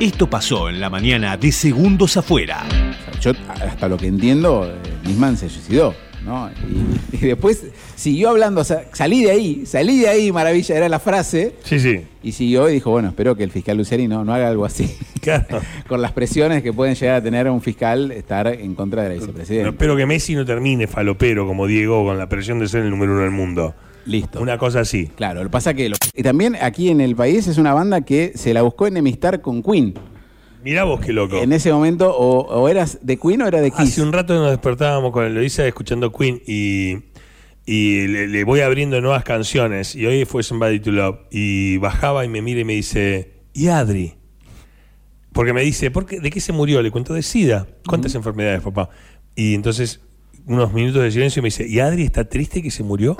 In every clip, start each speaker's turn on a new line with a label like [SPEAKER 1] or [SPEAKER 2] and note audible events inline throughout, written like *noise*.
[SPEAKER 1] Esto pasó en la mañana de Segundos Afuera.
[SPEAKER 2] O sea, yo, hasta lo que entiendo, eh, Nisman se suicidó. ¿no? Y, y después siguió hablando, o sea, salí de ahí, salí de ahí, maravilla, era la frase.
[SPEAKER 3] Sí, sí.
[SPEAKER 2] Y siguió y dijo, bueno, espero que el fiscal Luceri no, no haga algo así. *laughs*
[SPEAKER 3] Claro.
[SPEAKER 2] Con las presiones que pueden llegar a tener un fiscal estar en contra de la
[SPEAKER 3] No,
[SPEAKER 2] vicepresidenta.
[SPEAKER 3] espero que Messi no termine falopero como Diego con la presión de ser el número uno del mundo.
[SPEAKER 2] Listo.
[SPEAKER 3] Una cosa así.
[SPEAKER 2] Claro, lo que pasa que... lo- y también aquí en el país es una banda que se la buscó enemistar con Queen.
[SPEAKER 3] Mirá vos qué loco.
[SPEAKER 2] En ese momento o, o eras de Queen o era de Kiss.
[SPEAKER 3] Hace un rato nos despertábamos con Eloisa escuchando Queen y, y le, le voy abriendo nuevas canciones. Y hoy fue Somebody to Love. Y bajaba y me mira y me dice, ¿y Adri? Porque me dice, ¿por qué, ¿de qué se murió? Le cuento de SIDA. ¿Cuántas enfermedades, papá? Y entonces, unos minutos de silencio y me dice, ¿y Adri está triste que se murió?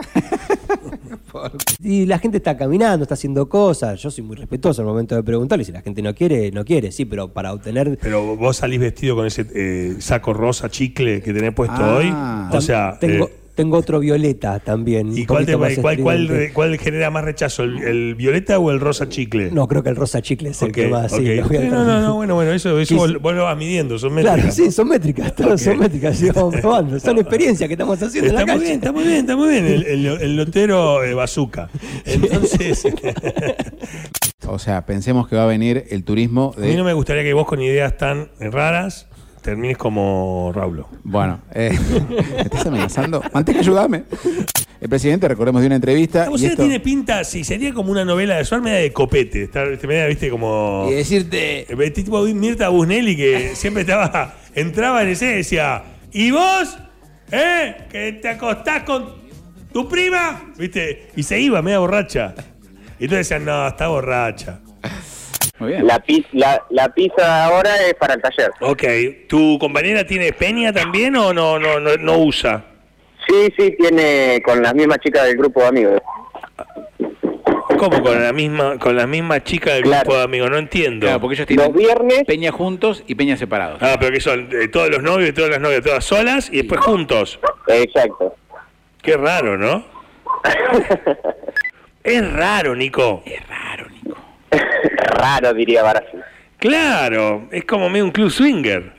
[SPEAKER 4] Y la gente está caminando, está haciendo cosas. Yo soy muy respetuoso al momento de preguntarle. Si la gente no quiere, no quiere. Sí, pero para obtener.
[SPEAKER 3] Pero vos salís vestido con ese eh, saco rosa chicle que tenés puesto
[SPEAKER 2] Ah.
[SPEAKER 3] hoy. O sea,
[SPEAKER 4] tengo,
[SPEAKER 3] eh,
[SPEAKER 4] tengo otro violeta también. un
[SPEAKER 3] ¿y cuál, te-
[SPEAKER 4] poquito más
[SPEAKER 3] cuál- cuál- eh,
[SPEAKER 4] estridente.
[SPEAKER 3] cuál genera más rechazo? ¿El, el violeta o el rosa chicle?
[SPEAKER 4] No, creo que el rosa chicle es el que
[SPEAKER 3] Ok,
[SPEAKER 4] más. sí,
[SPEAKER 3] ok.
[SPEAKER 4] lo voy a
[SPEAKER 3] Sí, no, no, no, bueno, bueno, eso, eso
[SPEAKER 4] Y-
[SPEAKER 3] vos, vos lo vas midiendo, son métricas.
[SPEAKER 4] Claro, sí, son métricas, todas son métricas, sí, vamos probando,
[SPEAKER 3] *laughs*
[SPEAKER 4] son experiencias que estamos haciendo en
[SPEAKER 3] Está
[SPEAKER 4] la
[SPEAKER 3] muy
[SPEAKER 4] calle.
[SPEAKER 3] bien, está muy bien, está muy bien. El, el, el lotero eh,
[SPEAKER 4] *laughs*
[SPEAKER 3] bazooka. Entonces,
[SPEAKER 2] O sea, pensemos que va a venir el turismo
[SPEAKER 3] *laughs* a mí
[SPEAKER 2] de...
[SPEAKER 3] no me gustaría que vos con ideas tan eh, raras termines como Raulo.
[SPEAKER 2] Bueno, eh, *laughs* ¿me estás amenazando? Manteca, ayúdame. El presidente, recordemos de una entrevista...
[SPEAKER 4] Ah,
[SPEAKER 3] La
[SPEAKER 2] Y,
[SPEAKER 3] música
[SPEAKER 2] esto-
[SPEAKER 3] tiene pinta, sí, sería como una novela de su arma de copete. Está, te media, viste, como.
[SPEAKER 2] y decirte...
[SPEAKER 3] Eh, Tipo Mirta Busnelli que siempre estaba. Entraba en ese y decía. ¿Y vos? ¿Eh? ¿Que te acostás con tu prima? ¿Viste? Y se iba, media borracha. Y entonces decían, no, está borracha.
[SPEAKER 2] Muy bien.
[SPEAKER 5] La, pi- la, la pizza ahora es para el taller.
[SPEAKER 3] Ok, ¿tu compañera tiene peña también o no, no, no, no usa?
[SPEAKER 5] Sí, sí, tiene con las mismas chicas del grupo de amigos.
[SPEAKER 3] ¿Cómo? Con la misma, con la misma chica del
[SPEAKER 5] Claro.
[SPEAKER 3] grupo de amigos, no entiendo.
[SPEAKER 2] Claro, porque ellos
[SPEAKER 5] Los
[SPEAKER 2] tienen
[SPEAKER 5] viernes,
[SPEAKER 2] peña juntos y peña separados.
[SPEAKER 3] Ah, pero que son eh, todos los novios y todas las novias, todas solas y después juntos.
[SPEAKER 5] exacto.
[SPEAKER 3] Qué raro, *laughs* ¿no? es raro, Nico.
[SPEAKER 5] Raro, diría Barassi.
[SPEAKER 3] Claro, es como medio un club swinger.